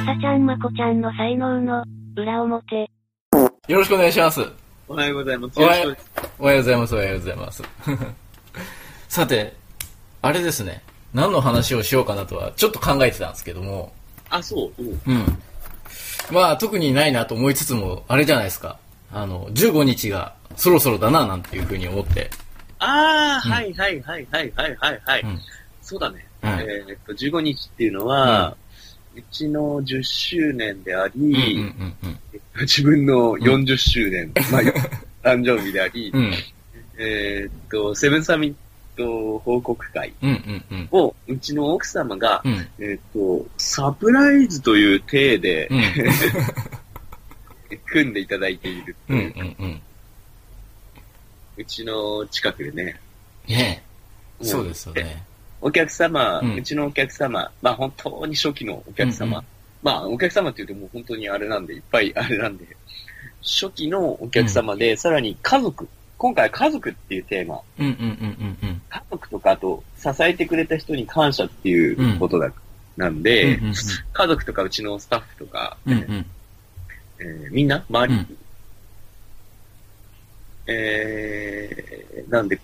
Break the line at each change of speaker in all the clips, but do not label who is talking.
こちゃんの才能の、裏表。
よろしくお願いします。
おはようございます。
お
よろ
は
しく
ようおはようございます、おはようございます。さて、あれですね。何の話をしようかなとは、ちょっと考えてたんですけども、
あ、そう。うん
うん。まあ、特にないなと思いつつも、あれじゃないですか。あの、15日がそろそろだな、なんていうふうに思って。
ああ、
うん
はいはいはいはいはいはいはい。
うん
そうだね。
うん
えーっと、15日っていうのは、うちの10周年であり、
うんうんうん
自分の40周年、ま あ、誕生日であり、
うん。うん
えーっと、セブンサミット報告会
うんうんうん。
を、うちの奥様が
う、ん。
えーっと、サプライズという体で、
うん。
組んでいただいている
うんうんうん。
うちの近くでね、
ねえ。そうですよね。
お客様、
う
うんちのお客様、まあ本当に初期のお客様、
うんうん
まあお客様って言うともう本当にあれなんで、いっぱいあれなんで、初期のお客様で、さらに家族、今回家族っていうテーマ、
うんうんうんうんうん。
家族とかあと支えてくれた人に感謝っていうことだ、なんで、
うんうんうん
家族とかうちのスタッフとか、
うんうん。
えーみんな周りに、
う
えー、なんで、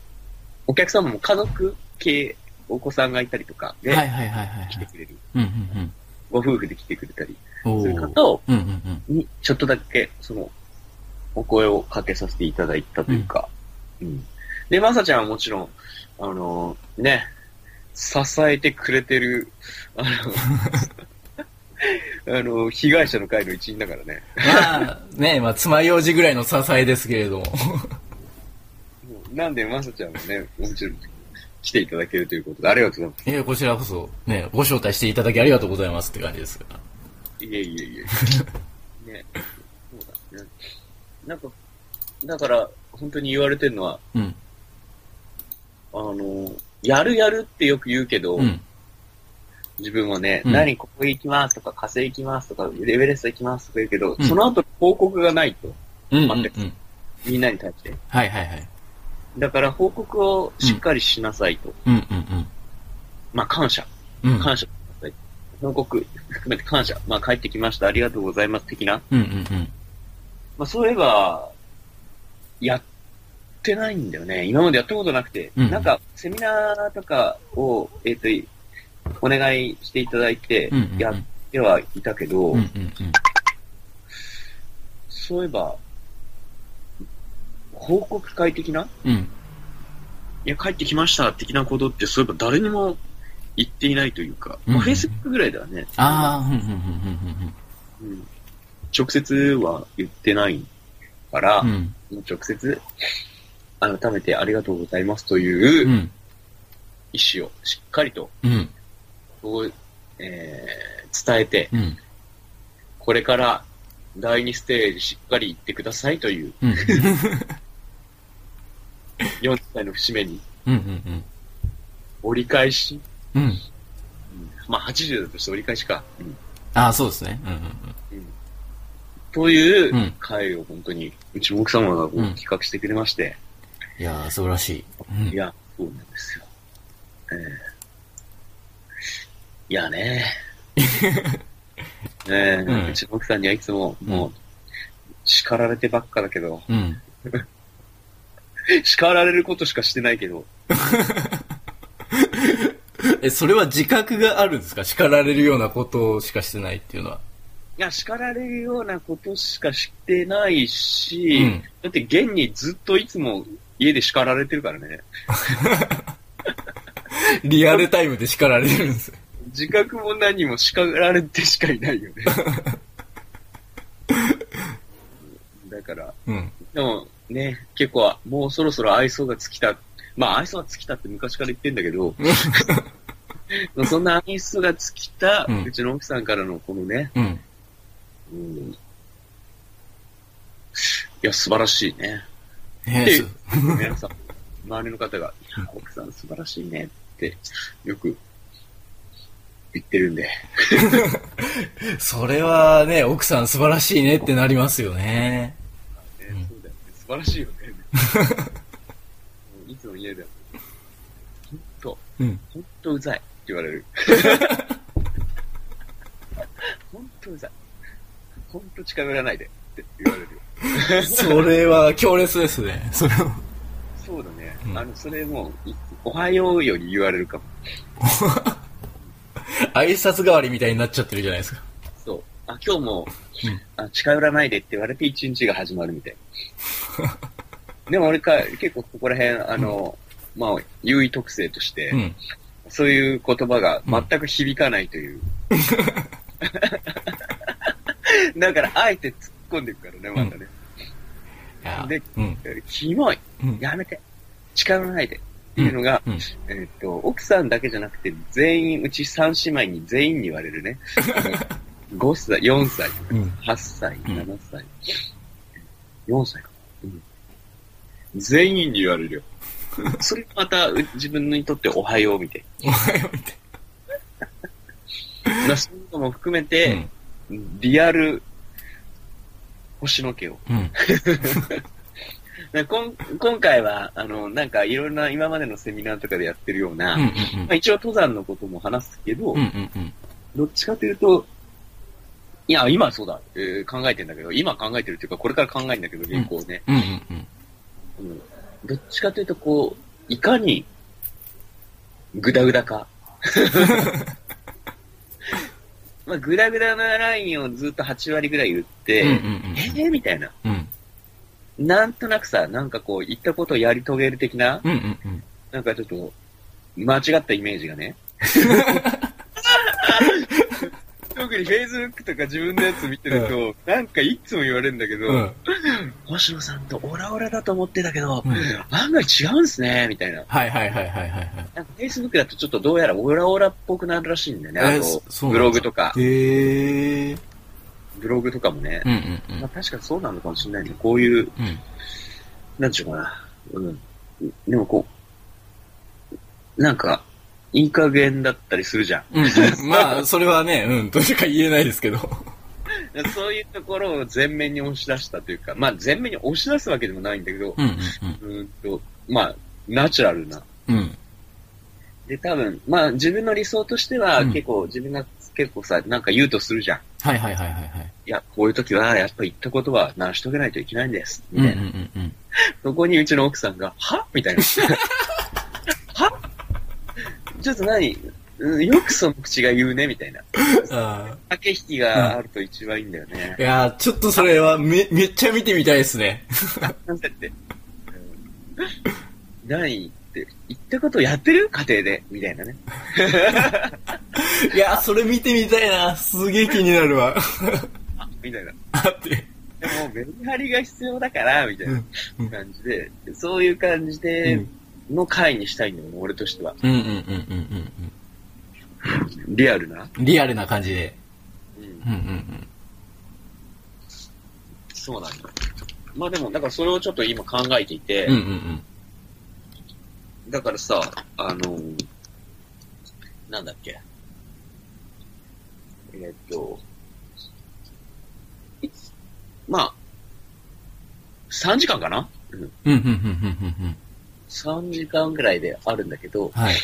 お客様も家族系、お子さんがいたりとか
はい
で
はいはいはいは
来て
い。
くれる、
うんうん
ご夫婦で来てくれたり
うん。お
する
ー
方
うんうんうん。
に、ちょっとだけ、その、お声をかけさせていただいたというか、うん。で、まさちゃんはもちろん、あのーね、支えてくれてる、あの、あの被害者の会の一員だからね。
まあ、ねまあ、爪楊枝ぐらいの支えですけれども。
もうなんで、まさちゃんもね、もちろん来ていただけるということで、ありがとうございま
いや、こちらこそ、ね、ご招待していただきありがとうございますって感じですが。
す。いえいえいえ。ね、そうだね。なんか、だから、本当に言われてるのは、
うん。
あの、やるやるってよく言うけど、
うん。
自分もね、
うん
何ここ行きますとか、火星行きますとか、エベレスト行きますとか言うけど、
うん
その後報告がないと、
うん、うん。
待って
うん。
みんなに対して。
はいはいはい。
だから報告をしっかりしなさいと。
うんうん
まあ感謝、
うん。うん。
感謝。報告含めて感謝。まあ帰ってきました、ありがとうございます的な。
うんうんうん。
まあそういえば、やってないんだよね。今までやったことなくて。
うん
なんか、セミナーとかを、えっ、と、お願いしていただいて
うんうんう、ん
やってはいたけど、
うんうんうん。
そういえば、報告会的な
うん。
いや、帰ってきました的なことって、そういえば誰にも言っていないというか、
うん
まあ、Facebook ぐらいだね。
ああ、うんうんうん
うん直接は言ってないから、
うんうん。うん。。
もう直接、改めてありがとうございますといううん意思をしっかりと、
うん。
こうえー伝えて、
うん。
これから第2ステージしっかり行ってくださいという、
うん。
4歳の節目に
うんうん
折り返し、
うん。うん。
まあ80だとして折り返しか。うん
ああ、そうですね。うんうん
とい
うん
う会を本当に、うちの奥様がこう
うん
企画してくれまして、
うん。いやー、素晴らしい。うん
いや、そうなんですよ。ええい やね。ねえ、
うん
うちの奥さんにはいつも、も
う
う、叱られてばっかだけど、
うん。
叱られることしかしてないけど、
え、それは自覚があるんですか叱られるようなことをしかしてないっていうのは。
いや、叱られるようなことしかしてないし、
うん
だって現にずっといつも家で叱られてるからね。
リアルタイムで叱られるんです。
自覚も何も叱られてしかいないよ ね。だから、
うん。
でもね、結構もうそろそろ愛想が尽きた。まあ愛想が尽きたって昔から言ってんだけ ど、そんな愛想が尽きた、
うん
うちの奥さんからのこのね、
うん。
うん、いや、素晴らしいね。
ね
で
え、そう
皆さん、周りの方が、いや奥さん素晴らしいねって、よく言ってるんで。
それはね、奥さん素晴らしいねってなりますよね。
ね
うん
そうだよね。素晴らしいよね。うんいつも家でも、ほんと、
うん。
ほん とうざいって言われる。ほんとうざい。ほんと近寄らないでって言われるよ。
それは強烈ですね。それは。
そうだね。
うん
あの、それもう、いおはようより言われるかも。
挨拶代わりみたいになっちゃってるじゃないですか。
そう。あ、今日も、あ近寄らないでって言われて一日が始まるみたい。でも俺か、結構ここら辺、あの、まあ、優位特性として、
うん。
そういう言葉が全く響かない という。だから、あえて突っ込んでいくからね、またね。
いや
で
うん。
キモい
うん
やめて近寄らないでっていうのが、
うん。
えーっと、奥さんだけじゃなくて、全員、うち三姉妹に全員に言われ るね。5歳、4歳、
うん。
8歳、
うん
7歳、4歳かな、うん全員に言われ るよ。それまた、う自分にとっておはようみたい
おはようみたい
な。そういうのも含めて、
うん
リアル、星の毛を。
うん。
でこん今回は、あの、なんかいろんな今までのセミナーとかでやってるような、
うん。
まあ、一応登山のことも話すけど、
うん。うん。うん。うん。
どっちかというと、いや、今そうだ、えー考えてんだけど、今考えてるっていうか、これから考えるんだけど、原稿をね、
うん。うん。
うんどっちかというと、こう、いかに、ぐだぐ だか。まあ、ぐだぐだなラインをずっと8割ぐらい言って、
うん。うん。
えーみたいな。
うん。うん。
なんとなくさ、なんかこう、言ったことをやり遂げる的な、
うん。うん。うん。
なんかちょっと、間違ったイメージ がね。特に Facebook とか自分のやつ見てると、なんかいつも言われるんだけど、
うん。
星野さんとオラオラだと思ってたけど、
うん
案外違うんすね、みたいな。
はいはいはいはいはいはい。
なんか Facebook だとちょっとどうやらオラオラっぽくなるらしいんだよね。
え
あ
ーそそ
と、
う
ブ
なんだ
ログとか、
へえ。
ブログとかもね
う。んうんうん
まあ、確かにそうなのかもしれないけど、こういう、
うん。
なんちゅうかな。うん。でもこう、なんか、いい加減だったりするじゃん。
うんうん。まあ、それはね、うん、どうしようか言えないですけど。
そういうところを前面に押し出したというか、まあ前面に押し出すわけでもないんだけど、
うんうん
うーんと、まあ、ナチュラルな。
うん。うん。
で、多分、まあ自分の理想としては
うん
結構、自分が結構さ、なんか言うとするじゃん。
はいはいはいはいはい。
いや、こういう時はやっぱ言ったことは成し遂げないといけないんです。
う
み
んう
た
ん
いな。
うんうん。
そこにうちの奥さんが、はみたいな。 はちょっと何うんよくその口が言うね、みたいな。
あ
駆け引きがあると一番いいんだよね
ー。いやー、ちょっとそれはめ、めっちゃ見てみたいです ね。
なんだって。うん何って、言ったことやってる家庭で、みたいなね。
いやー、それ見てみたいな。すげえ気になる わ。
みたいな。
あって。
でも、メリハリが必要だから、みたいな
うん
感じで、そういう感じでの回にしたいんだよね、俺としては。
うんうんうんうん
リアルな。
うん。リアルな感じで。
うん
う、んうん
そうなんだ。まあでも、だからそれをちょっと今考えていて、
うん。うんうん
だからさ、あのーなんだっけ。えーっと、いつまあ、3時間かな、うん、
うん。うんうんうんうんうんうん。
?3 時間ぐらいであるんだけど、
はい。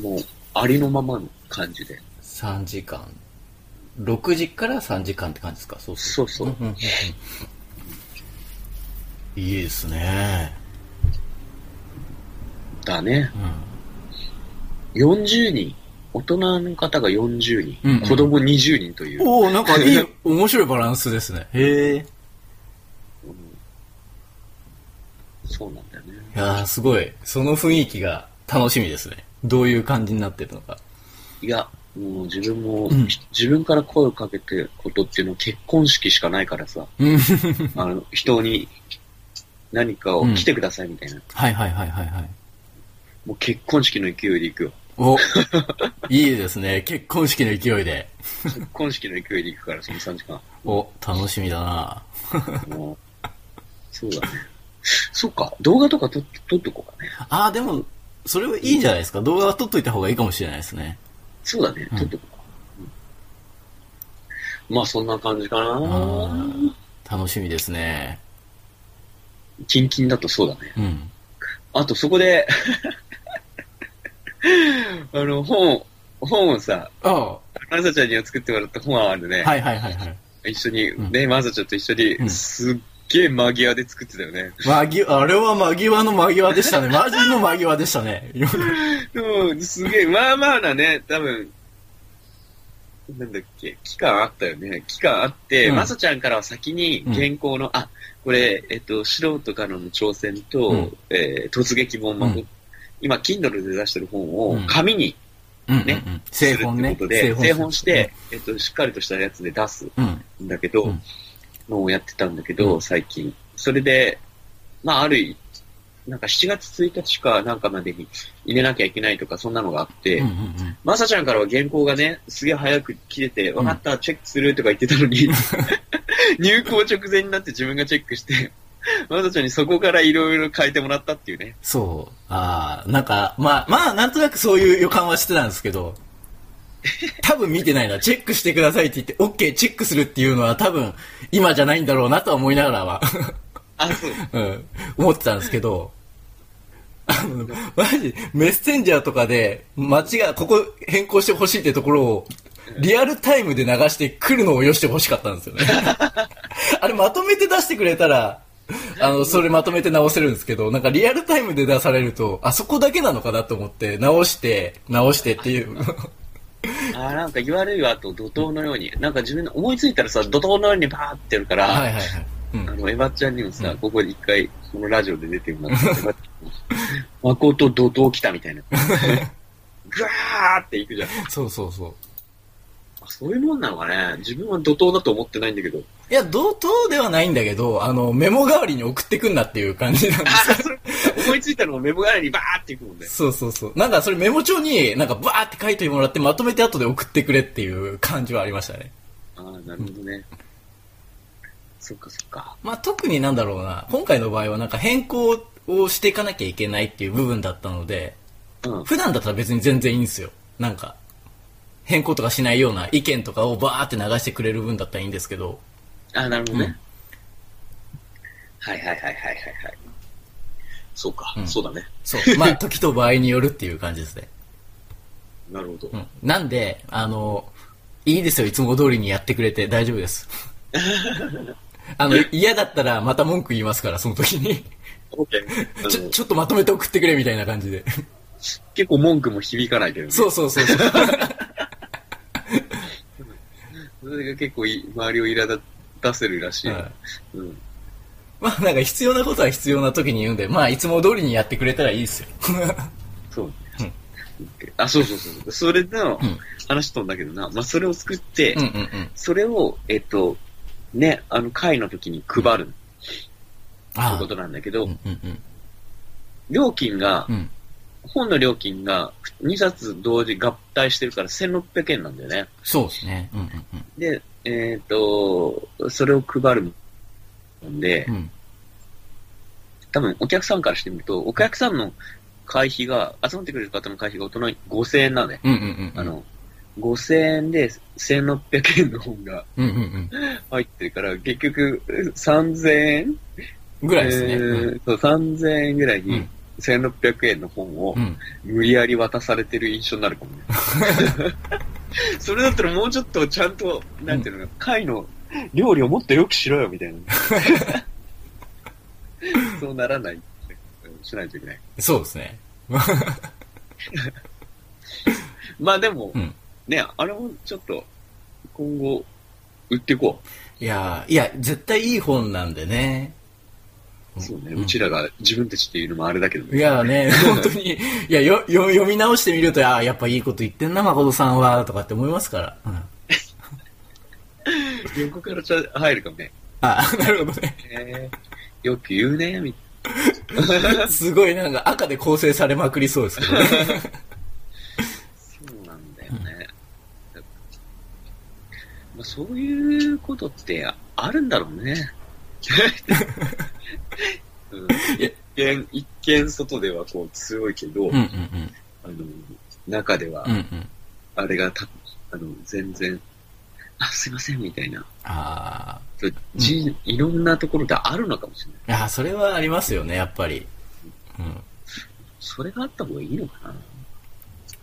もう、ありのままの感じで。
3時間。6時から3時間って感じですかそうす
そうそう。
うんうんうんいいですね。
だね。
う
40人。大人の方が40人、
うんうん
子供20人とい
ん、
う。
おおなんかいい、 面白いバランスですね。へえ。い
うんそうなんだよね。
やー、すごい。その雰囲気が楽しみですね。どういう感じになってるのか。
いや、もう自分も、
うん
自分から声をかけてることっていうのは結婚式しかないからさ、
うん。
あの、人に何かを来てくださいみたいな。
はいはいはいはいはい。
もう結婚式の勢いで行くよ。
お、いいですね。結婚式の勢いで。
結婚式の勢いで行くから、その3時間。
お、楽しみだな
もうそうだね。そっか、動画とか撮っ撮っとこうかね。
あー、でも、それはいいんじゃないですか。動画は撮っといた方がいいかもしれないですね。
そうだね
う、ん
撮っとこうか。うんまあそんな感じかな。
あー楽しみですね。
キンキンだとそうだね。
うん。
あとそこで 、あの、本を、本をさ、
ああ、
まさちゃんには作ってもらった本はあるね。
はいはいはいはい。
一緒に、
ん
ね、まさちゃんと一緒
う
に、
ん
すっげえ間際で作ってたよね。
間際、あれは間際の間際でしたね。マジの間際でしたね。
でも、すげえ、まあまあなね、多分、なんだっけ、期間あったよね。期間あって、
うん
まさちゃんからは先に
うん
原稿の、あ、これ、えっと、素人からの挑戦と、
うん
えー突撃本ま
う
で、今、Kindle で出してる本を
うん
紙に
うん、うん
ね
うん。
す
製
るっ
本
て
ね
こと。で、製本して
ね。、
えっと、しっかりとしたやつで出す
うん。
んだけど、
うん
もうやってたんだけど、
うん
最近。それで、まあ、ある、なんか7月1日かなんかまでに入れなきゃいけないとか、そんなのがあって、
うんうんうん。
まさちゃんからは原稿がね、すげえ早く来てて、わかった、チェックするとか言ってたの に、入稿直前になって自分がチェックして、まさちゃんにそこからいろいろ変えてもらったっていうね。
そう。ああ、なんか、まあ、まあ、なんとなくそういう予感はしてたんですけど、多分見てないな。チェックしてくださいって言って、OK、チェックするっていうのは多分、今じゃないんだろうなとは思いながらは。
あ、そう。
うん、思ってたんですけど、あの、マジ、メッセンジャーとかで、間違い、ここ変更してほしいってところを、リアルタイムで流してくるのをよしてほしかったんですよね。あれまとめて出してくれたら、あの、それまとめて直せるんですけど、なんかリアルタイムで出されると、あそこだけなのかなと思って、直して、直してっていう。
あ、なんか言われるわと怒涛のように、なんか自分の思いついたらさ、怒涛のようにバーってやるから、
はいはいはい。う
あ
ん。
の、エヴァちゃんにもさ、
うん
ここで一回、このラジオで出てもら ったエヴァちゃんにも誠怒涛来たみたいな。ぐわーっていくじゃん。
そうそうそう。
あそういうもんなのかね。自分は怒涛だと思ってないん だけど。
いや、同等ではないんだけど、あの、メモ代わりに送ってくんなっていう感じなんです
あそれ思いついたのをメモ代わりにバーっていくもんね。
そうそうそう。なんかそれメモ帳になんかバーって書いてもらってまとめて後で送ってくれっていう感じはありましたね。
ああ、なるほどね。そっかそっか。
まあ特になんだろうな、今回の場合はなんか変更をしていかなきゃいけないっていう部分だったので、
うん。
普段だったら別に全然いいんですよ。なんか、変更とかしないような意見とかをバーって流してくれる分だったらいいんですけど、
ああ、なるほど
うん
ね。はいはいはいはいはいはい。そうか、
うん
そうだね。
そう。まあ時と場合によるっていう感じですね。
なるほど。
うん。なんで、あの、いいですよ、いつも通りにやってくれて大丈夫 です。あの、嫌だったらまた文句言いますから、その時に。
オッケー。
ち
あ
ょ、
の
ちょっとまとめて送ってくれみたいな感じ で。
結構文句も響かないけどね。
そうそうそうそう。
それが結構い周りを苛立たせるらしい。
はい
うん。
まあなんか必要なことは必要な時に言うんで、まあいつも通りにやってくれたらいいですよ。
そうね。あ、そうそうそう。それの
うん
話とんだけどな。まあ、それを作って、
うんうんうん。
それを、えっと、ね、あの、会の時に配るって
あ
ことなんだけど、
うんうんうん。
料金が
う、ん。
本の料金が2冊同時合体してるから1600円なんだよね。
そうですね。うんうん
で、えっ、と、それを配るんで
う、ん。うん。
多分お客さんからしてみると、お客さんの会費が、集まってくれる方の会費が大人5000円なんで、
うんうんうん。
あ、の、5000円で1600円の本が
うんうん
入ってるから、結局3000円
うん。ぐらいですね。
え
うん
ーそう3000円ぐらいうに
ん
1600円の本を
うん。
無理やり渡されてる印象になるか もね。それだったらもうちょっとちゃんと、なんていうの、貝の料理をもっとよくしろよみた いな。そうならないようにしないといけない。
そうですね。
まあでも、
うん
ね、あれもちょっと今後売っていこ
いやー、いや、絶対いい本なんでね。
う。そうね、
うん
うちらが自分たちっていうのもあれだけどね
いやーね、本当に、 いや、よ、よ読み直してみると、ああ、やっぱいいこと言ってんな、誠さんは、とかって思いますから。うん。
横からちゃ入るかもね。
ああ、なるほどね。
えーよく言うね、みたい な。
すごいなんか赤で構成されまくりそうですけどね。
そうなんだよね。まあ、そういうことってあるんだろう ね。うん一見、一見外ではこう強いけ ど、
うんうん
あの、中では
うん。うん、うん。
あれがた、あの、全然、あ、すいません、みたいな。
あ
そうじいろんなところであるのかもしれな
ー
い。
あー、それはありますよね、やっぱり。うん。
それがあった方がいいのかな。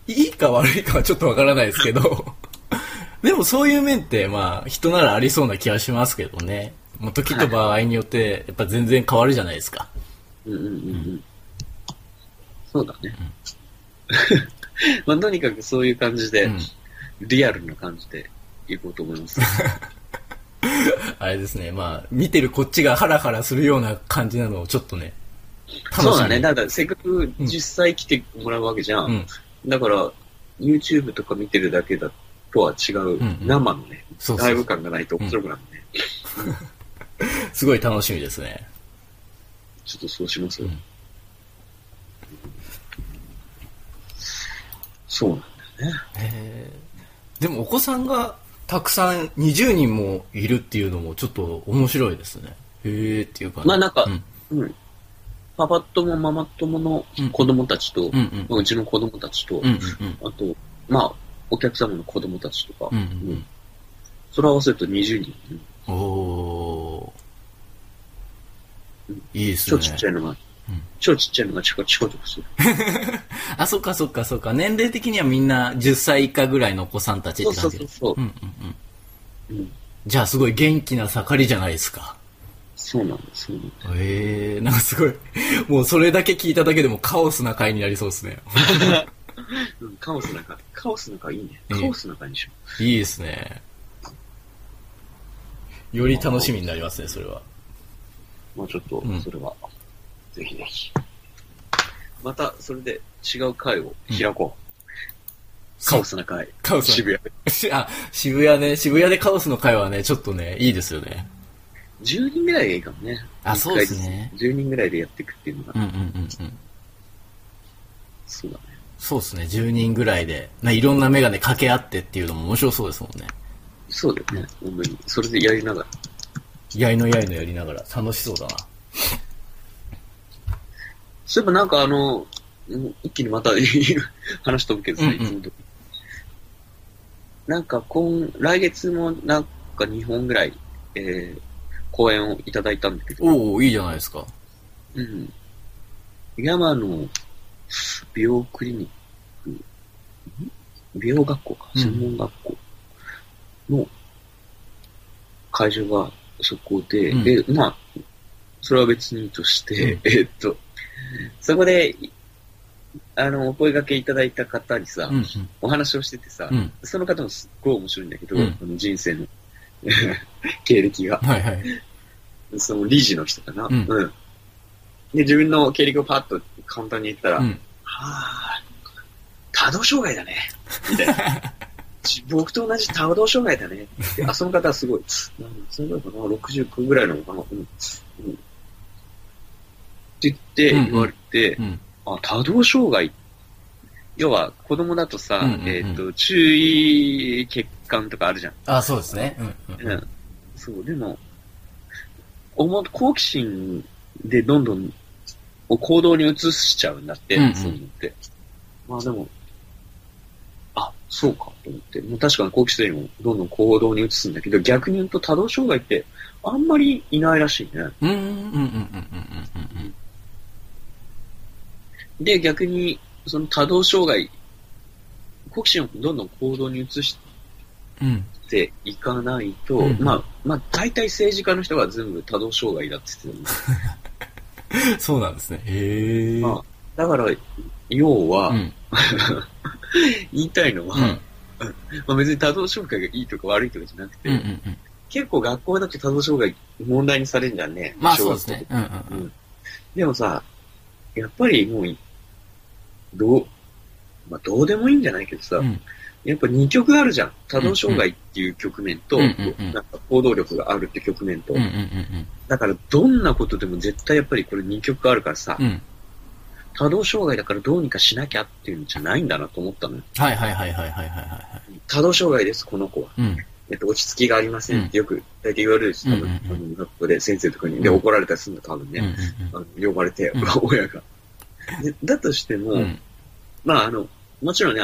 いいか悪いかはちょっとわからないですけど、 でもそういう面って、まあ、人ならありそうな気はしますけどね。もう時と場合によって、やっぱ全然変わるじゃないですか。
うんうんうんうん。そうだね。 まあ、とにかくそういう感じで、
うん
リアルな感じでいこうと思 います。
あれですね、まあ、見てるこっちがハラハラするような感じなのをちょっとね、
そうだね。
み
だから、せっかく実際来てもらうわけじゃん。
うん、
だから、YouTube とか見てるだけだとは違う、
んうん
生のね、
そう
ラ
そ
イ
う
ブ感がないと面白くなるね。
すごい楽しみですね。
ちょっとそうしますよ。
うん
そうなんだ。
でもお子さんがたくさん20人もいるっていうのもちょっと面白いですね。へえっていう感じ。
まあなんか
うん、
うん。パパ友、ママ友の子供たちと、
うんう
ま
ん。
あうちの子供たちと、
うんうん
あと、まあ、お客様の子供たちとか、
うん。うん
それ合わせると20人。
うん。おー。いいです
超
ね。
ちっちゃいのが、
うん
超ちっちゃいのがチコチコチコする。
あ、そっかそっかそっか。年齢的にはみんな10歳以下ぐらいのお子さんたちっ
そ
て感じで
うそうそう
す。
そう
う。んうんうん。
うん
じゃあすごい元気な盛りじゃないですか。
そうなんです。そうなんです
ええなんかすごい、もうそれだけ聞いただけでもカオスな回になりそうですね。
うんカオスなんか、カオスなんかいいね。
う
カ
ん
オスなんかにしよ
いいですね。より楽しみになりますね、それは。
う。まあちょっと
うん、
それは、ぜひぜひ。また、それで違う会を開こう。カオスな会。
カオスな
渋谷。
あ、渋谷ね、渋谷でカオスの会はね、ちょっとね、いいですよね。
10人ぐらいがいいかもね。
あそうですね
一回ずつ10人ぐらいでやっていくっていうのが、
うんうんうんうん。
そうだね。
そうですね、10人ぐらいで、ないろんなメガネ掛け合ってっていうのも面白そうですもんね。
そうだよね。本当に。それでやりながら。
やいのやいのやりながら楽しそうだな。
そういえばなんかあの、うん一気にまた 話飛ぶけどさ、
うんうん
いつもとなんか今、来月もなんか2本ぐらい、えー、講演をいただいたんだけど、
おおいいじゃないですか。
うん。山の美容クリニック、ん美容学校か、
うん
専門学校の会場がそこで、
うん
で、まあ、それは別にとして、
うん
えっと、そこで、いあの、お声掛けいただいた方にさ、
うんうん。
お話をしててさ、
うん。
その方もすっごい面白いんだけど、
うん
あの人生の 経歴が。
はいはい。
その理事の人かな。
う
うんん。で、自分の経歴をパッと簡単に言ったら、
う
は
ん。
あ、多動障害だね。みたいな。じ僕と同じ多動障害だね。であ、その方はすごい。うんその方かな、69ぐらいなのかな。うん。うん、って言って、
うんうん
言われて
う、ん。
あ、多動障害。要は、子供だとさ、
うんうんうん
えっ、と、注意欠陥とかあるじゃん。
あ、そうですね。うんうん。
うんそう、でも、おも好奇心でどんどんを行動に移しちゃうんだって、
うんうん
そういうのって。まあでも、あ、そうかと思って、もう確かに好奇心をどんどん行動に移すんだけど、逆に言うと多動障害ってあんまりいないらしいね。
うんうんうんうんうんうんうん。
で、逆に、その多動障害、好奇心をどんどん行動に移し
うん。
っていかないと、
うん
まあ、まあ、大体政治家の人が全部多動障害だって言ってたんだ
そうなんですね。へえ。
まあ、だから、要は、
うん。
言いたいのは、
うん。
まあ、別に多動障害がいいとか悪いとかじゃなくて、
うんうんうん。
結構学校だと多動障害問題にされるんじゃんね。
まあ
小
そうで
学
す
校
ね。うんうんうん。
でもさ、やっぱりもう、どう、まあどうでもいいんじゃないけどさ、
うん
やっぱ2曲あるじゃん。多動障害っていう局面と、
うんうんうん
なんか行動力があるって局面と、
うんうんうん
だからどんなことでも絶対やっぱりこれ2曲あるからさ、
うん。うん。
多動障害だからどうにかしなきゃっていうんじゃないんだなと思ったのよ。
はいはいはいはいはいはいはい。
多動障害です、この子は。
うん。
えっと、落ち着きがありませんってよく、大体言われるし、多分、
うんうん
あの学校で先生とかに、で、
うん
怒られたりするの、多分
うんうん
ね、あの呼ばれて、親が。でだとしても、
うん。うん
まあ、あの、もちろんね、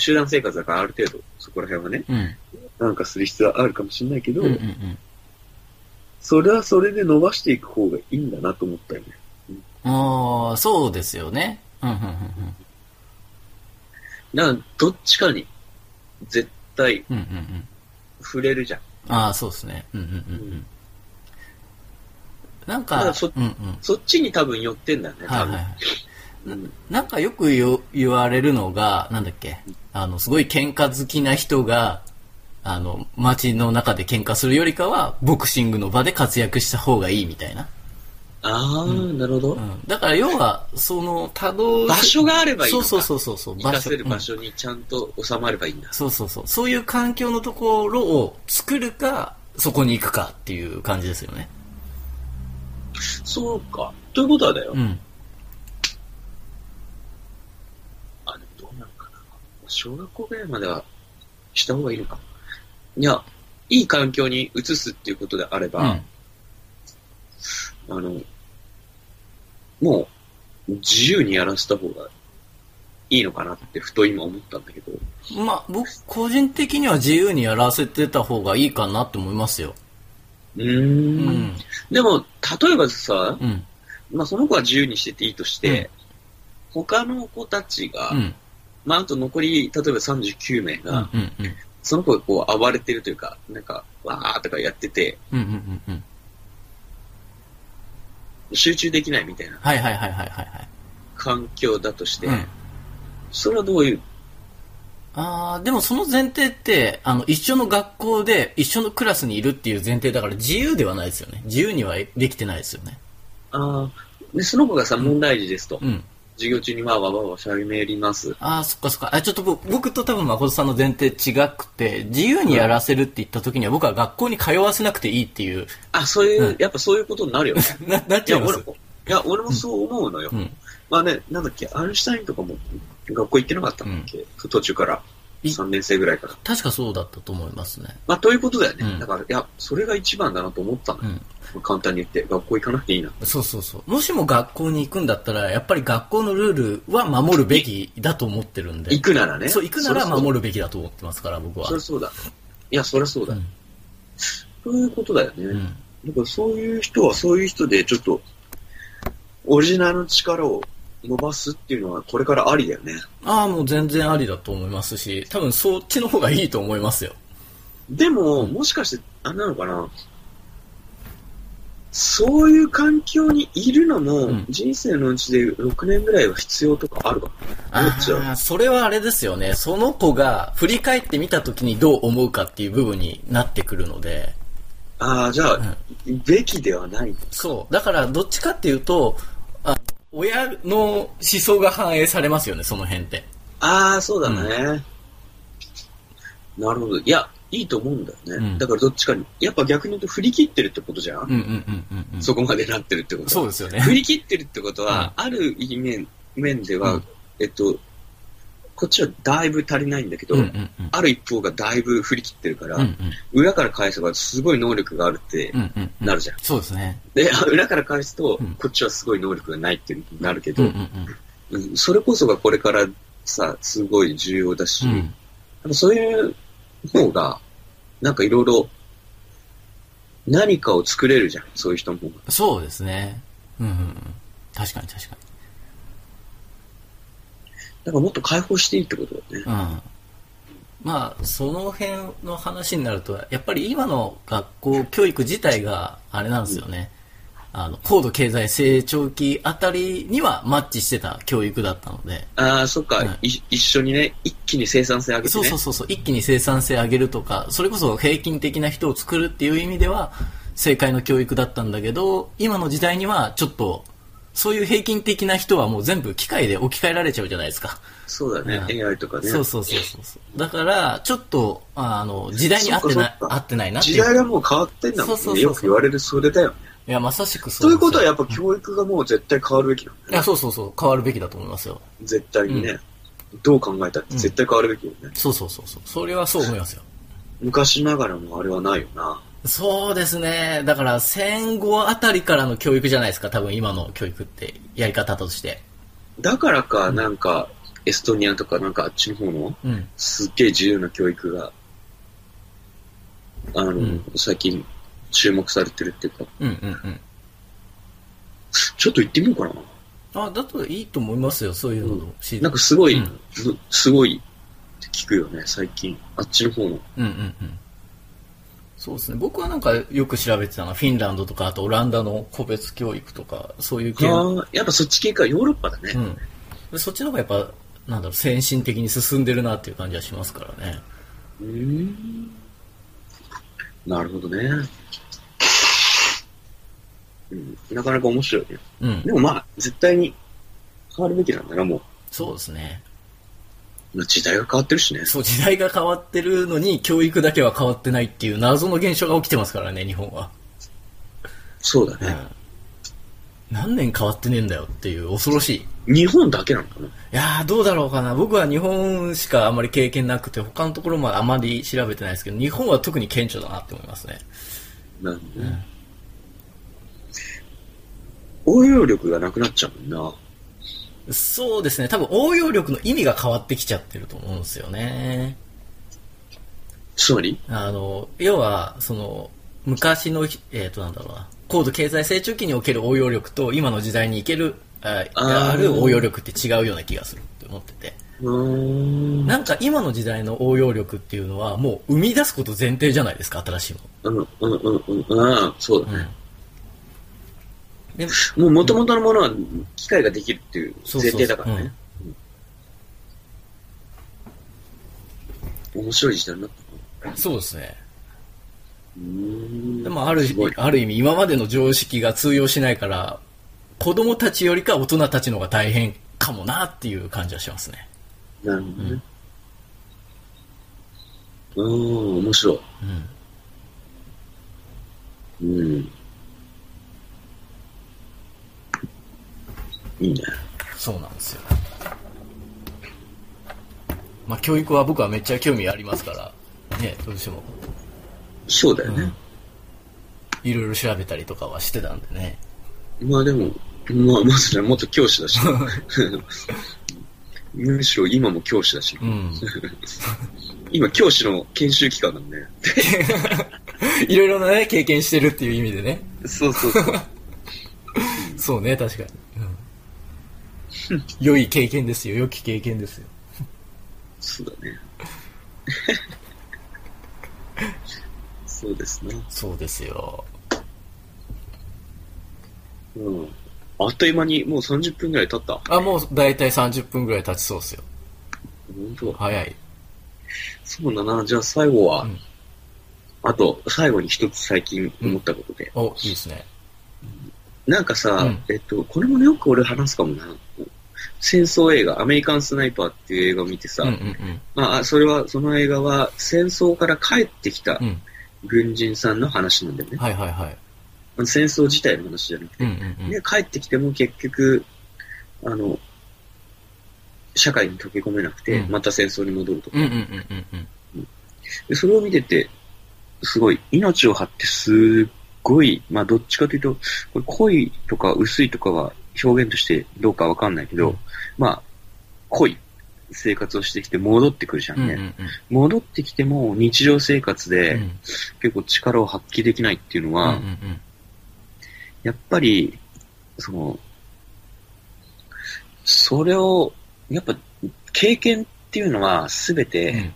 集団生活だからある程度、そこら辺はね、
うん
なんかする必要はあるかもしれないけど、
うんうん。
それはそれで伸ばしていく方がいいんだなと思ったよね。
ああ、そうですよね。うんうんうんうん。
だから、どっちかに、絶対
うんうんうん。
触れるじゃん。
ああ、そうですね。うんうんうんう。
うん
なん
た
か
だそ、
うんうん。
そっちに多分寄ってんだよね、
は
多
い
分。
はいはい。
うん
なんかよく言う言われるのが、なんだっけ、あの、すごい喧嘩好きな人が、あの、街の中で喧嘩するよりかは、ボクシングの場で活躍した方がいいみたいな。
ああ、なるほど
う。ん。だから要は、その、多動
場所があればいい
そ
の
う
か。
そうそうそうそう、
行かせる場
うん
所にちゃんと収まればいいんだ。
そうそうそう。そういう環境のところを作るか、そこに行くかっていう感じですよね。
そうか。ということはだよ。
うん。
あ、でもどうなのかな。小学校ぐらいまではした方がいいのか。いや、いい環境に移すっていうことであれ
うん。
ば、あの、もう自由にやらせた方がいいのかなってふと今思ったんだけど。
まあ、僕、個人的には自由にやらせてた方がいいかなって思いますよ。
う
う
ーん。
ん。
でも、例えばさ、
うん。
まあその子は自由にしてていいとして、他の子たちが、
うん。
まああと残り、例えば39名
う
が、
ん。うん。うん。
その子がこう暴れてるというか、なんか、わーとかやってて、
うんうんうんうん。
集中できないみたいな
はいはいはいはいはいはい。
環境だとして、
うん
それはどういう、
ああ、でもその前提って、あの、一緒の学校で一緒のクラスにいるっていう前提だから自由ではないですよね。自由にはできてないですよね。
ああ、で、その子がさ、問題児ですと、
うん。
授業中にわーわーわーわーしゃべります。
ああ、そっかそっか。あ、ちょっと僕僕と多分誠さんの前提違くて、自由にやらせるって言った時には僕は学校に通わせなくていいっていう、
あ、そういう、
うん
やっぱそういうことになるよ ね。
な、なっ
い
ちゃ
や、
います
俺。も、いや、俺もそう思うのよ。
うん。
まあね、なんだっけ、アインシュタインとかも学校行ってなかったんだっけ、途中から、
い
3年生ぐらいから。
確かそうだったと思いますね。
まあ、ということだよね。
うん
だから、いや、それが一番だなと思ったの
う
よ。
ん。
簡単に言って、学校行かなくていいな。
そうそうそう。もしも学校に行くんだったら、やっぱり学校のルールは守るべきだと思ってるんで。
行くならね。
そう、行くなら
る
守るべきだと思ってますから、僕は。
そりゃそうだ。いや、そりゃそうだ。
うん
そういうことだよね。
うん。
だからそういう人はそういう人で、ちょっと、オリジナルの力を伸ばすっていうのは、これからありだよね。
ああ、もう全然ありだと思いますし、多分そっちの方がいいと思いますよ。
でも、もしかして、あれなのかな。そういう環境にいるの
う
も
ん、
人生のうちで6年ぐらいは必要とかあるかな。
あ
どっちだ
あ、それはあれですよね。その子が振り返ってみた時にどう思うかっていう部分になってくるので、
ああ、じゃあ、べきではない。
そう。だから、どっちかっていうと、あ親の思想が反映されますよね、その辺って。
ああ、そうだね。なるほど。いや、いいと思うんだよね。
うん
だからどっちかに。やっぱ逆に言うと振り切ってるってことじゃん、
うんうんうんうんうん。
そこまでなってるってこと。
そうですよね。
振り切ってるってことは、ある意味面、面では、
うん
えっと、こっちはだいぶ足りないんだけど、
うんうんうん。
ある一方がだいぶ振り切ってるから、
うんうん
裏から返せばすごい能力があるって
うんうんうん。
なるじゃん。
そうですね。
で、 裏から返すと、
うん
こっちはすごい能力がないってなるけ
う
ど、
んうん
うんそれこそがこれからさ、すごい重要だし、
うん。う
やっ
ん。
ぱそういう方が、なんかいろいろ、何かを作れるじゃん、そういう人の方が。
そうですね。うんうんうん。確かに確か
だからもっと解放していいってことだよね。
に。うん。まあ、その辺の話になると、やっぱり今の学校教育自体があれなんですよね。あの、高度経済成長期あたりにはマッチしてた教育だったので、
ああ、そっか、
はい
い一緒にね、一気に生産性上げてね。
そうそうそうそう、一気に生産性上げるとか、それこそ平均的な人を作るっていう意味では、正解の教育だったんだけど、今の時代にはちょっと、そういう平均的な人はもう全部機械で置き換えられちゃうじゃないですか。
そうだね、
うん
AI とかね。
そうそうそうそうそう。だから、ちょっと、ああの、時代に合ってない、
そっかそっか
合ってないなってい
時
う。
代がもう変わってんだもんね。
そうそうそうそう
よく言われるそれだよね。
いや、まさしくそ
と
う
い
で
う
すよ
ことはやっぱ教育がもう絶対変わるべきなん
い
だ
や、
よね。
そうそうそう、変わるべきだと思いますよ。
絶対にね、どう考えたって絶対変わるべきよね。
そうそうそうそう。それはそう思いますよ。
昔ながらのあれはないよな。
そうですね。だから、戦後あたりからの教育じゃないですか、多分今の教育って、やり方として。
だからか、なんか、エストニアとかなんかあっちの方の、
うん。
すっげえ自由な教育が、あの、
ん
最近注目されてるっていうか、
うんうんうん。
ちょっと行ってみようかな。
あ、だといいと思いますよ、そういうのを知る
なんかすごい、
うん
すごいって聞くよね、最近。あっちの方の。
うんうんうん。そうですね。僕はなんかよく調べてたのは、フィンランドとか、あとオランダの個別教育とか、そういう系。う
ああ、やっぱそっち系か、ヨーロッパだね。
ん。でそっちの方がやっぱ、なんだろう、先進的に進んでるなっていう感じはしますからね。
うーん。なるほどね。うん、なかなか面白いね。
うん
で。もまあ、絶対に変わるべきなんだな、も
そうですね。
う。時代が変わってるしね。
そう、時代が変わってるのに、教育だけは変わってないっていう謎の現象が起きてますからね、日本は。
そうだ
う
ね。
ん。何年変わってねえんだよっていう、恐ろしい。
日本だけなのかない
やー、どうだろうかな。僕は日本しかあまり経験なくて、他のところまであまり調べてないですけど、日本は特に顕著だなって思いますね。
なんで、応用力がなくなっちゃうもんな。
そうですね。多分応用力の意味が変わってきちゃってると思うんですよね。
つまり
あの、要は、その、昔の、えっ、と、なんだろうな、高度経済成長期における応用力と、今の時代にいける、あ
あー
ある応用力って違うような気がするって思ってて。
うーん。
なんか今の時代の応用力っていうのは、もう生み出すこと前提じゃないですか、新しいも
うん、うん、うん、うん、うん、そうだ
の。う
ね。
ん。でも
もう元々のものは機械ができるっていう
そうそう
前
そう
提だからね。うん面白い時代になったな。
そうですね。
うーん
でもある
すごい
ある意味今までの常識が通用しないから子供たちよりか大人たちの方が大変かもなっていう感じはしますね。
なるほどね。うーん、面白い。
うん、
うん。いいね。
そうなんですよ。まあ教育は僕はめっちゃ興味ありますからねどうしても
そうだよね。
いろいろ調べたりとかはしてたんでね。
まあでも、まあまずね、元教師 だし。むしろ今も教師だし。
うん。
今、教師の研修期間なんで。
いろいろなね経験してるっていう意味でね。
そうそうそう。
そうね確かに。うん、良い経験ですよ良き経験ですよ。
そうだね。 そうですね。
そうですよ。
うん。あっという間にもう30分ぐらい経った。
あもうだいたい30分ぐらい経ちそうですよ。
本当
早い。
そうだな。じゃあ最後は、
うん
あと、最後に一つ最近思ったことで。
お、いいですね。
なんかさ、
うん
えっと、これもね、よく俺話すかもな。戦争映画、アメリカンスナイパーっていう映画を見てさ、
うんうん
まあ、それは、その映画は戦争から帰ってきた
うん。うん。
軍人さんの話なんだよね。
はいはいはい。
あの戦争自体の話じゃなくて。
うんうん
で、帰ってきても結局、あの、社会に溶け込めなくて、
うん
また戦争に戻るとか
うん。うんうんうんうん
で、それを見てて、すごい、命を張ってすっごい、まあどっちかというと、これ濃いとか薄いとかは表現としてどうかわかんないけど、
うん
まあ、濃い生活をしてきて戻ってくるじゃ
うんん。
ね。
うん
戻ってきても日常生
う
活で
ん
結構力を発揮できないっていうの
う
は、
ん
やっぱり、その、それを、やっぱ経験っていうのは全て、
うん。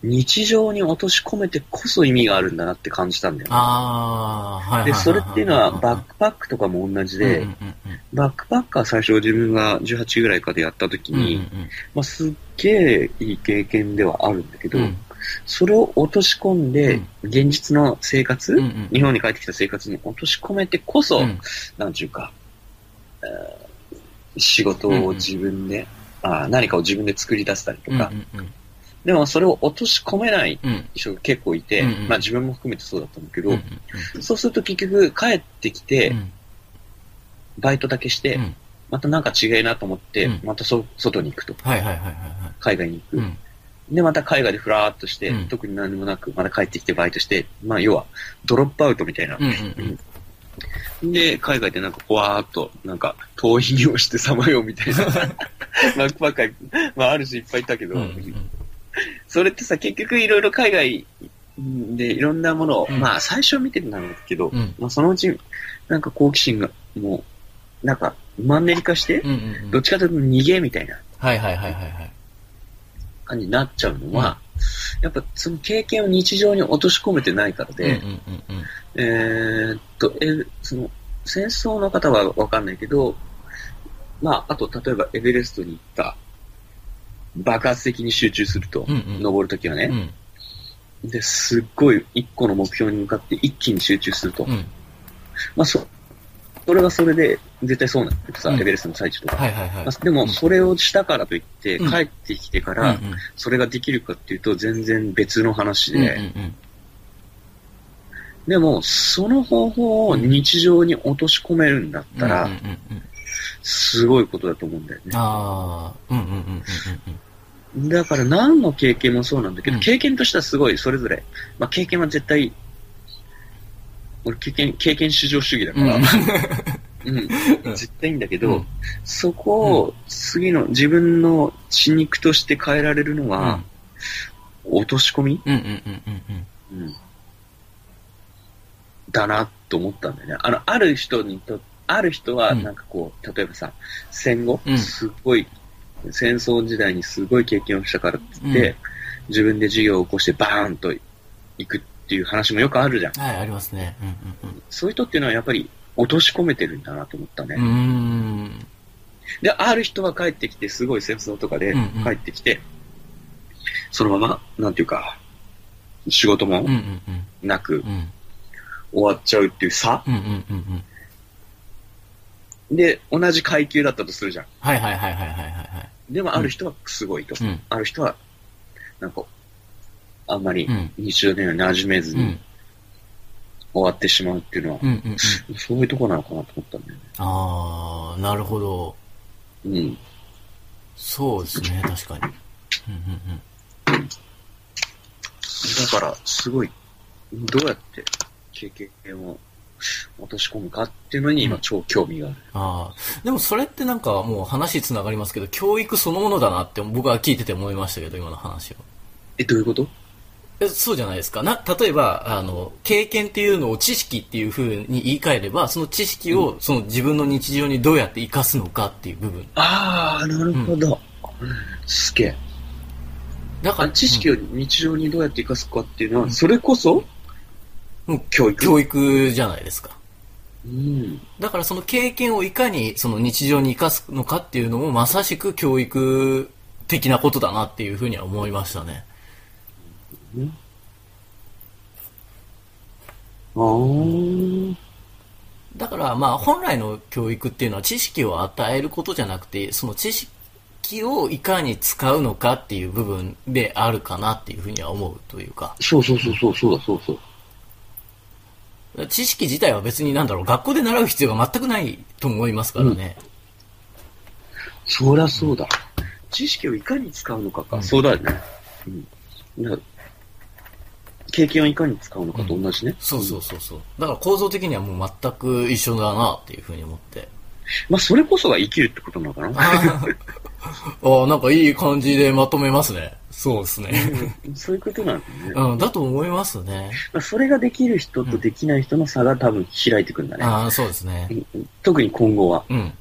日常に落とし込めてこそ意味があるんだなって感じたんだよね。
ああ、はいはいはいはい。
で、それっていうのは
ッ
バックパックとかも同じ
クう
で、
んうん
バックパッカー最初自分が18ぐらいかでやった時
うんうん
に、まあ、すっげえいい経験ではあるんだけど、
うん
それを落とし込んで、現実の生活、
うんうん
日本に帰ってきた生活に落とし込めてこそ、
うん
なんちゅうか、えー仕事を自分で、あー何かを自分で作り出したりと
うんうん
か、でもそれを落とし込めない
うんうん
人が結構いて、
うんうん
まあ自分も含めてそうだったんだけど、
うん
そうすると結局帰ってきて、
うん
バイトだけして、
うん
またなんか違えなと思って、
うん
またそ外に行くと。
はいはいはいはいは
海外に行
い。
く。
うん
で、また海外でふらーっとして、
うん
特に何もなく、また帰ってきてバイトして、まあ要はドロップアウトみたいな
う。んうん
で、海外でなんかふわーっと、なんか逃避をしてさまようみた いな。バックパッカー、まあある種いっぱいいたけど、
うんうん
それってさ、結局いろいろ海外でいろんなものを、
うん
まあ最初は見てるんだろうけど、
うん
まあ、そのうち、なんか好奇心が、もう、なんか、マンネリ化して、
うんうんうん
どっちかというと逃げみたいな
はいはいはいはいはい。
感じになっちゃうのは、やっぱその経験を日常に落とし込めてないからで、
うんうんうんうん
えーっと、え、その、戦争の方はわかんないけど、まあ、あと、例えばエベレストに行った、爆発的に集中すると、
うんうん
登るときは
う
ね、
ん
で、すっごい一個の目標に向かって一気に集中すると。
うん
まあ、そ、それはそれで、絶対そうなんだけどさ、
うん
エベレストの最中とか。
はいはいはい
まあで
う
も、
ん
それをしたからといって、
うん
帰ってきてか
うんう
ら、
ん
それができるかっていうと、全然別の話
うんうん
で、でも、その方法を日常に落とし込めるんだっ
うん
たら、
うんうんうん
すごいことだと思うんだよね。
ああうんうんうんうんうん
だから何の経験もそうなんだけど、
うん
経験としてはすごいそれぞれ。まあ経験は絶対、俺経験、経験至上主義だから、
う
うんん、
うん
絶対いいんだけ
う
ど、
ん
そこを次の自分の血肉として変えられるのは、落とし込み、
うんうんうんうんうん
うんだなと思ったんだよね。あの、ある人にと、ある人は、
うん
なんかこう、例えばさ、戦後、
うん
すっごい、戦争時代にすごい経験をしたからって言って、
うん
自分で事業を起こしてバーンと行くっていう話もよくあるじゃん。
はいありますねうんうん
そういう人っていうのはやっぱり落とし込めてるんだなと思ったね。
うんうーん
で、ある人は帰ってきて、すごい戦争とかで
うんうん
帰ってきて、そのまま、なんていうか、仕事
うんう
も
んうん
なく
うん
終わっちゃうっていう差、
うんうんうんうん
で、同じ階級だったとするじゃん。
はいはいはいはいはいはいはい
でも、ある人はすごいと。
うん
ある人は、なんか、あんまり
うん
日常では馴染めず
うん
に終わってしまうっていうのは、
うんうんうん
そういうとこなのかなと思ったんだよね。
ああなるほど
うん。
そうですね確かにうんうんうん
だから、すごい、どうやって経験を落とし込むかっていうのに今超興味がある。
ああ。でもそれってなんかもう話つながりますけど、教育そのものだなって僕は聞いてて思いましたけど、今の話を。
え、どういうこと
えそうじゃないですか。な、例えば、あの、経験っていうのを知識っていう風に言い換えれば、その知識をその自分の日常にどうやって活かすのかっていう部分。
ああ、なるほど。すげえ。
だか
あ
ら、
知識
を、
を日常にどうやって活かすかっていうのは、それこそ
うん
教育。
教育じゃないですか。
うん。
だからその経験をいかにその日常に活かすのかっていうのもまさしく教育的なことだなっていうふうには思いましたね。
あー
だからまあ本来の教育っていうのは知識を与えることじゃなくてその知識をいかに使うのかっていう部分であるかなっていうふうには思うというか
そうそうそうそう、そうだ、そうそう。
知識自体は別になんだろう学校で習う必要が全くないと思いますからね、
そりゃそうだ。知識をいかに使うのかか。
うん
そうだよね。うん。だから経験をいかに使うのかと同じね。
そうそうそうそうだから構造的にはもう全く一緒だなっていうふうに思って
まあ、それこそが生きるってことなのかな。
ああなんかいい感じでまとめますねそうですね
そういうことなのね。ま
うんだと思いますね
あ、それができる人とできない人の差が多分開いてくるんだね。
ああそうですね
うん特に今後は。
うん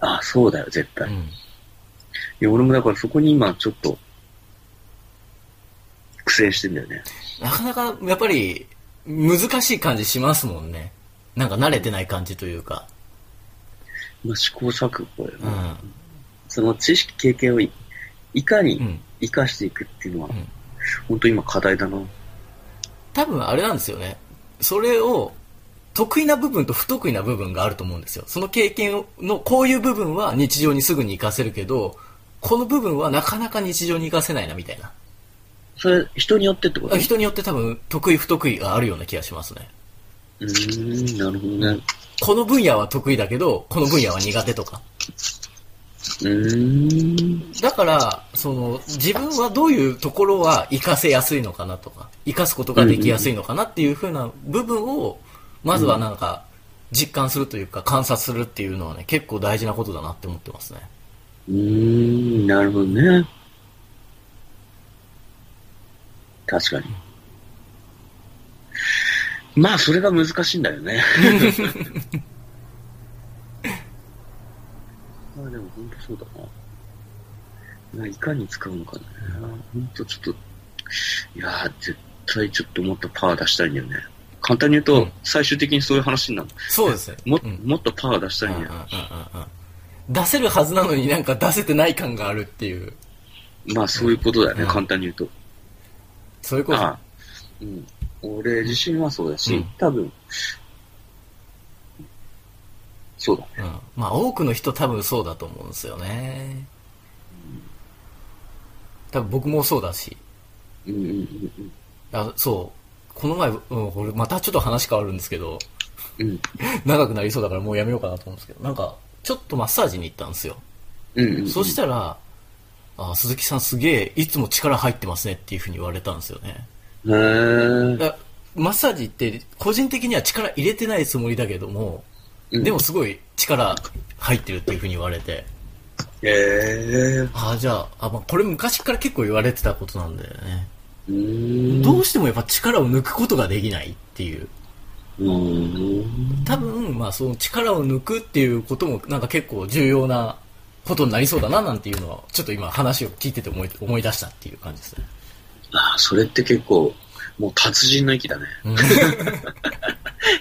ああ、そうだよ、絶
う
対。い
ん
や、俺もだからそこに今ちょっと、苦戦してんだよね。
なかなかやっぱり難しい感じしますもんね。なんか慣れてない感じというか。
まあ、試行錯誤だよ
う
ね。
ん。
その知識、経験をいいかに、
うん。
生かしていくっていうのは、
うん
本当今課題だな。
多分あれなんですよね。それを得意な部分と不得意な部分があると思うんですよ。その経験のこういう部分は日常にすぐに活かせるけど、この部分はなかなか日常に活かせないなみたいな。
それ、人によってってことう
人によって多分得意不得意があるような気がしますね。
ーん、なるほどね。
この分野は得意だけど、この分野は苦手とか。
うーん。
だから、その、自分はどういうところは活かせやすいのかなとか、活かすことができやすいのかなっていう風な部分を、まずはなんか、実感するというか、観察するっていうのはね、結構大事なことだなって思ってますね。
うーん、なるほどね。確かに。まあ、それが難しいんだよね。 まあ、でも本当そうだな。いかに使うのかね。ほんとちょっと、いやー、絶対ちょっともっとパワー出したいんだよね。簡単に言うと、
うん
最終的にそういう話になる。
そうですね。
も,、
うん
もっとパワー出したいんだ
う
よ。
んうんうんうん出せるはずなのになんか出せてない感があるっていう。
まあそういうことだよね、
うん
簡単に言うと。
そういうこと。
ああうん、俺自身はそうだし、
うん
多分、そうだ
うん、
ね。
まあ多くの人多分そうだと思うんですよね。多分僕もそうだし。
うんうんうん
あそう。この前、うん、俺またちょっと話変わるんですけど、
うん。うん
長くなりそうだからもうやめようかなと思うんですけど、なんか、ちょっとマッサージに行ったんですよ。
うんうんうん。
そしたら、あ鈴木さんすげえ、いつも力入ってますねっていうふうに言われたんですよね。
へー
だマッサージって、個人的には力入れてないつもりだけども、
うん
でも、すごい力入ってるっていうふうに言われて、
へえ。
ああ、じゃあ、あまあ、これ昔から結構言われてたことなんだよね。
うーん。
どうしてもやっぱ力を抜くことができないっていう。
うーん。
多分、まあその力を抜くっていうこともなんか結構重要なことになりそうだななんていうのは、ちょっと今話を聞いてて思い思い出したっていう感じですね。
ああ、それって結構、もう達人の域だね。
うん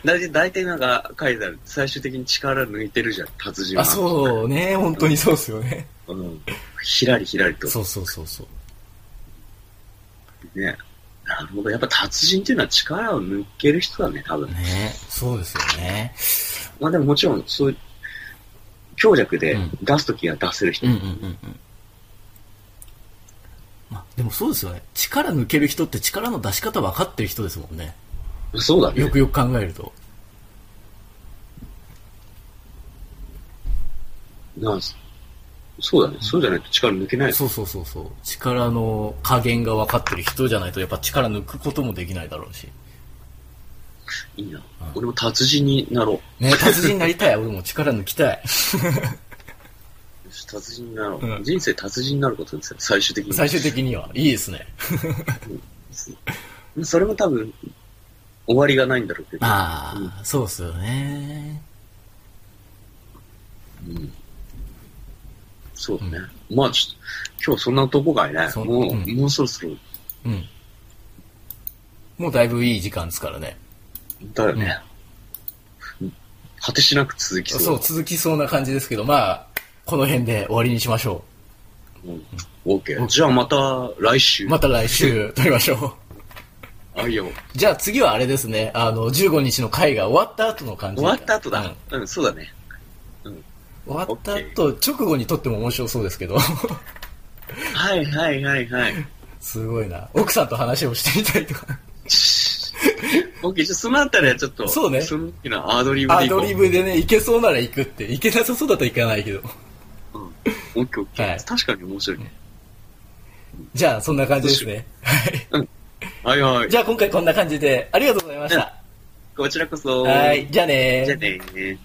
だい大体なんか書いてある。最終的に力抜いてるじゃん、達人は。
あ、そうね。本当にそうですよね。
う。うん。ひらりひらりと。
そうそうそうそう。
ね。なるほど。やっぱ達人っていうのは力を抜ける人だね、多分。
ねそうですよね。
まあでももちろん、そういう、強弱で
うん
出すときは出せる人。
うんうんうんうん。まあでもそうですよね。力抜ける人って力の出し方分かってる人ですもんね。
そうだね。
よくよく考えると。
なあそうだね。そうじゃないと力抜けない。
そうそうそうそう。力の加減が分かってる人じゃないとやっぱ力抜くこともできないだろうし。
いいな。俺も達人になろう。
ね達人になりたい。俺も力抜きたい。
よし達人になろう。
うん
人生達人になることですよ、最終的に。
最終的には。いいですね。
それも多分、終わりがないんだろうけど。
ああ、そうっすよね。
うんそうだね。まあちょっと、今日そんなとこがいね。
そう
もう、
うん
もうそろそろ、
うん。もうだいぶいい時間ですからね。
だよね。果てしなく続き
そう
そう。
続きそうな感じですけど、まあ、この辺で終わりにしましょ
うんオッケー。じゃあまた来週。
う。また来 週撮りましょう。
あ、いいよ。
じゃあ次はあれですね、あの、15日の会が終わった後の感じ。
終わった後だ
う。
うん、そうだね。
ん終わった後、直後に撮っても面白そうですけど。
はいはいはいはい。
すごいな。奥さんと話をしてみたいと か。
オッケー、じゃあそのあたりはちょっと、
そうね
その時のアドリブで
ア
いこう
ドリブでね、行けそうなら行くって。行けなさそうだったら行かないけど。
うん。オッケーオッケ
はい
ー。確かに面白いね。
じゃあ、そんな感じですね。はい。
はいはい。
じゃあ、今回こんな感じで、ありがとうございました。
こちらこそ。
はい。じゃあね
じゃあねー。